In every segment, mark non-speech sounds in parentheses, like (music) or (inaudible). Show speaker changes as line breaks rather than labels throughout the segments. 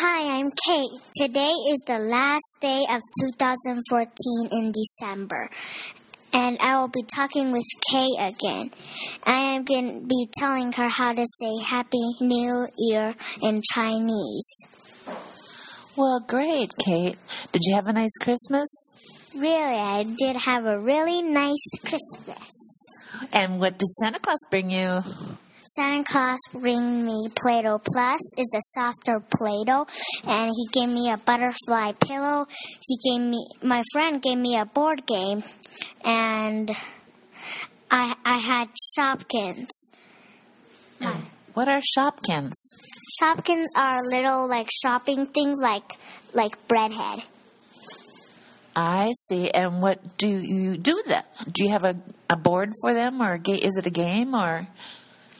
Hi, I'm Kate. Today is the last day of 2014 in December, and I will be talking with Kay again. I am going to be telling her how to say Happy New Year in Chinese.
Well, great, Kate. Did you have a nice Christmas?
Really, I did have a really nice Christmas.
And what did Santa Claus bring you?
Santa Claus bring me Play-Doh Plus. It's a softer Play-Doh, and he gave me a butterfly pillow. He gave me my friend gave me a board game, and I I had Shopkins.
What are Shopkins?
Shopkins are little like shopping things, like like breadhead.
I see. And what do you do with them? Do you have a, a board for them, or a ga- is it a game, or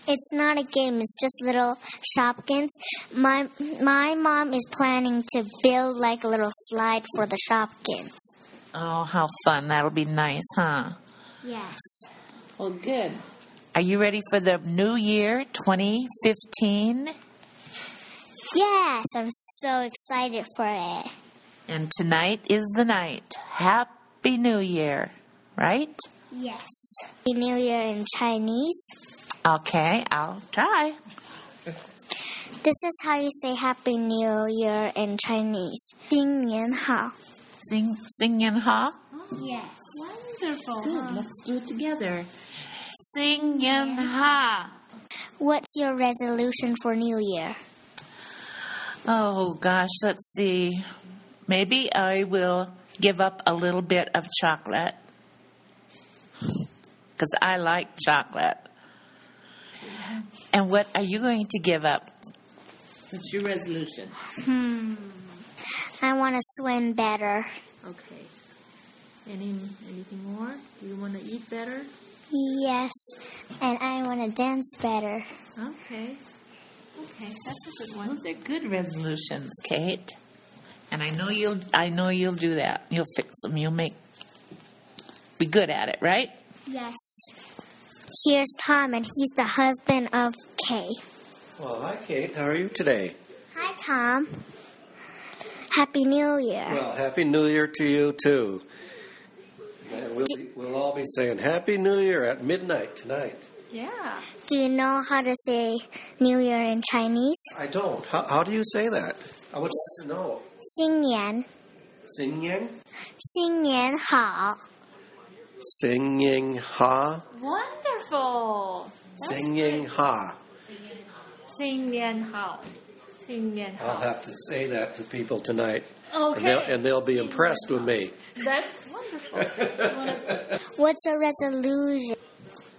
It's not a game. It's just little Shopkins. My my mom is planning to build like a little slide for the Shopkins.
oh, how fun! That'll be nice, huh?
Yes.
Well, good. Are you ready for the new year, 2015?
Yes, I'm so excited for it.
And tonight is the night. Happy New Year, right?
Yes. Happy New Year in Chinese.
Okay, I'll try.
This is how you say Happy New Year in Chinese. 新年好.
Sing, sing and ha.
Yes.
Wonderful. Let's do it together. Uh-huh. Sing and ha.
What's your resolution for New Year?
Oh gosh, let's see. Maybe I will give up a little bit of chocolate because I like chocolate. And what are you going to give up? What's your resolution?
I want to swim better.
Okay. Any anything more? Do you want to eat better?
Yes. And I want to dance better.
Okay. Okay, that's a good one. Those are good resolutions, Kate. And I know you'll I know you'll do that. You'll fix them. You'll make be good at it, right?
Yes. Here's Tom, and he's the husband of Kay.
Well, hi, Kate. How are you today?
Hi, Tom. Happy New Year.
Well, Happy New Year to you, too. And we'll, be, we'll all be saying Happy New Year at midnight tonight.
Yeah.
Do you know how to say New Year in Chinese?
I don't. How, how do you say that? I would like to know.
新年,
Singing?
新年好.
Singing ha.
Wonderful.
Singing ha.
Sing Lian Hao. Sing Lian
I'll have to say that to people tonight. And they'll,
Okay.
Uh-huh. and they'll be impressed with me.
That's wonderful. You wanna-
What's your resolution?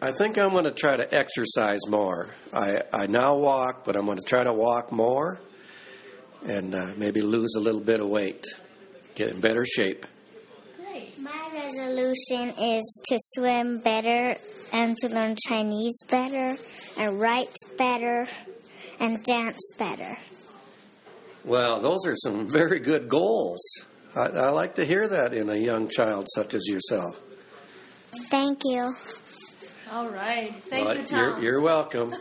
I think I'm going to try to exercise more. I, I now walk, but I'm going to try to walk more and uh, maybe lose a little bit of weight, get in better shape.
Great.
My resolution is to swim better and to learn Chinese better and write better and dance better.
Well, those are some (laughs) very good goals. I, I like to hear that in a young child such as yourself.
Thank you.
All right. Thank
Well,
you, Tom.
you're, you're welcome.